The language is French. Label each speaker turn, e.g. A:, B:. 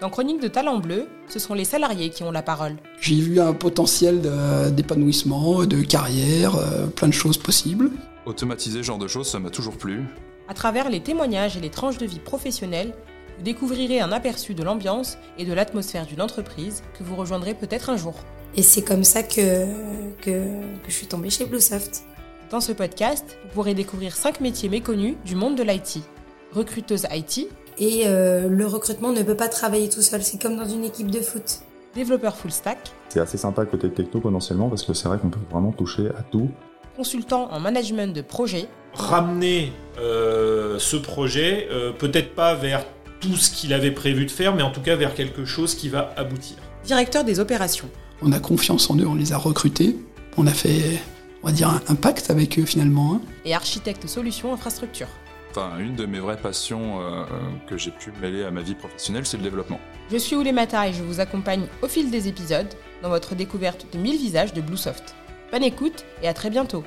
A: Dans Chronique de Talent Bleu, ce sont les salariés qui ont la parole.
B: J'ai vu un potentiel de- d'épanouissement, de carrière, euh, plein de choses possibles.
C: Automatiser ce genre de choses, ça m'a toujours plu.
A: À travers les témoignages et les tranches de vie professionnelles, vous découvrirez un aperçu de l'ambiance et de l'atmosphère d'une entreprise que vous rejoindrez peut-être un jour.
D: Et c'est comme ça que, que, que je suis tombée chez Bluesoft.
A: Dans ce podcast, vous pourrez découvrir 5 métiers méconnus du monde de l'IT. Recruteuse IT,
D: Et euh, le recrutement ne peut pas travailler tout seul, c'est comme dans une équipe de foot.
A: développeur full stack,
E: C'est assez sympa côté techno potentiellement parce que c'est vrai qu'on peut vraiment toucher à tout.
A: consultant en management de projet,
F: ramener euh, ce projet, euh, peut-être pas vers tout ce qu'il avait prévu de faire, mais en tout cas vers quelque chose qui va aboutir.
A: directeur des opérations.
B: On a confiance en eux, on les a recrutés. On a fait, on va dire, un, un pacte avec eux finalement. hein.
A: et architecte solution infrastructure.
C: Enfin, une de mes vraies passions euh, que j'ai pu mêler à ma vie professionnelle, c'est le développement.
A: Je suis Oulémata et je vous accompagne au fil des épisodes dans votre découverte de 1000 visages de Bluesoft. Bonne écoute et à très bientôt.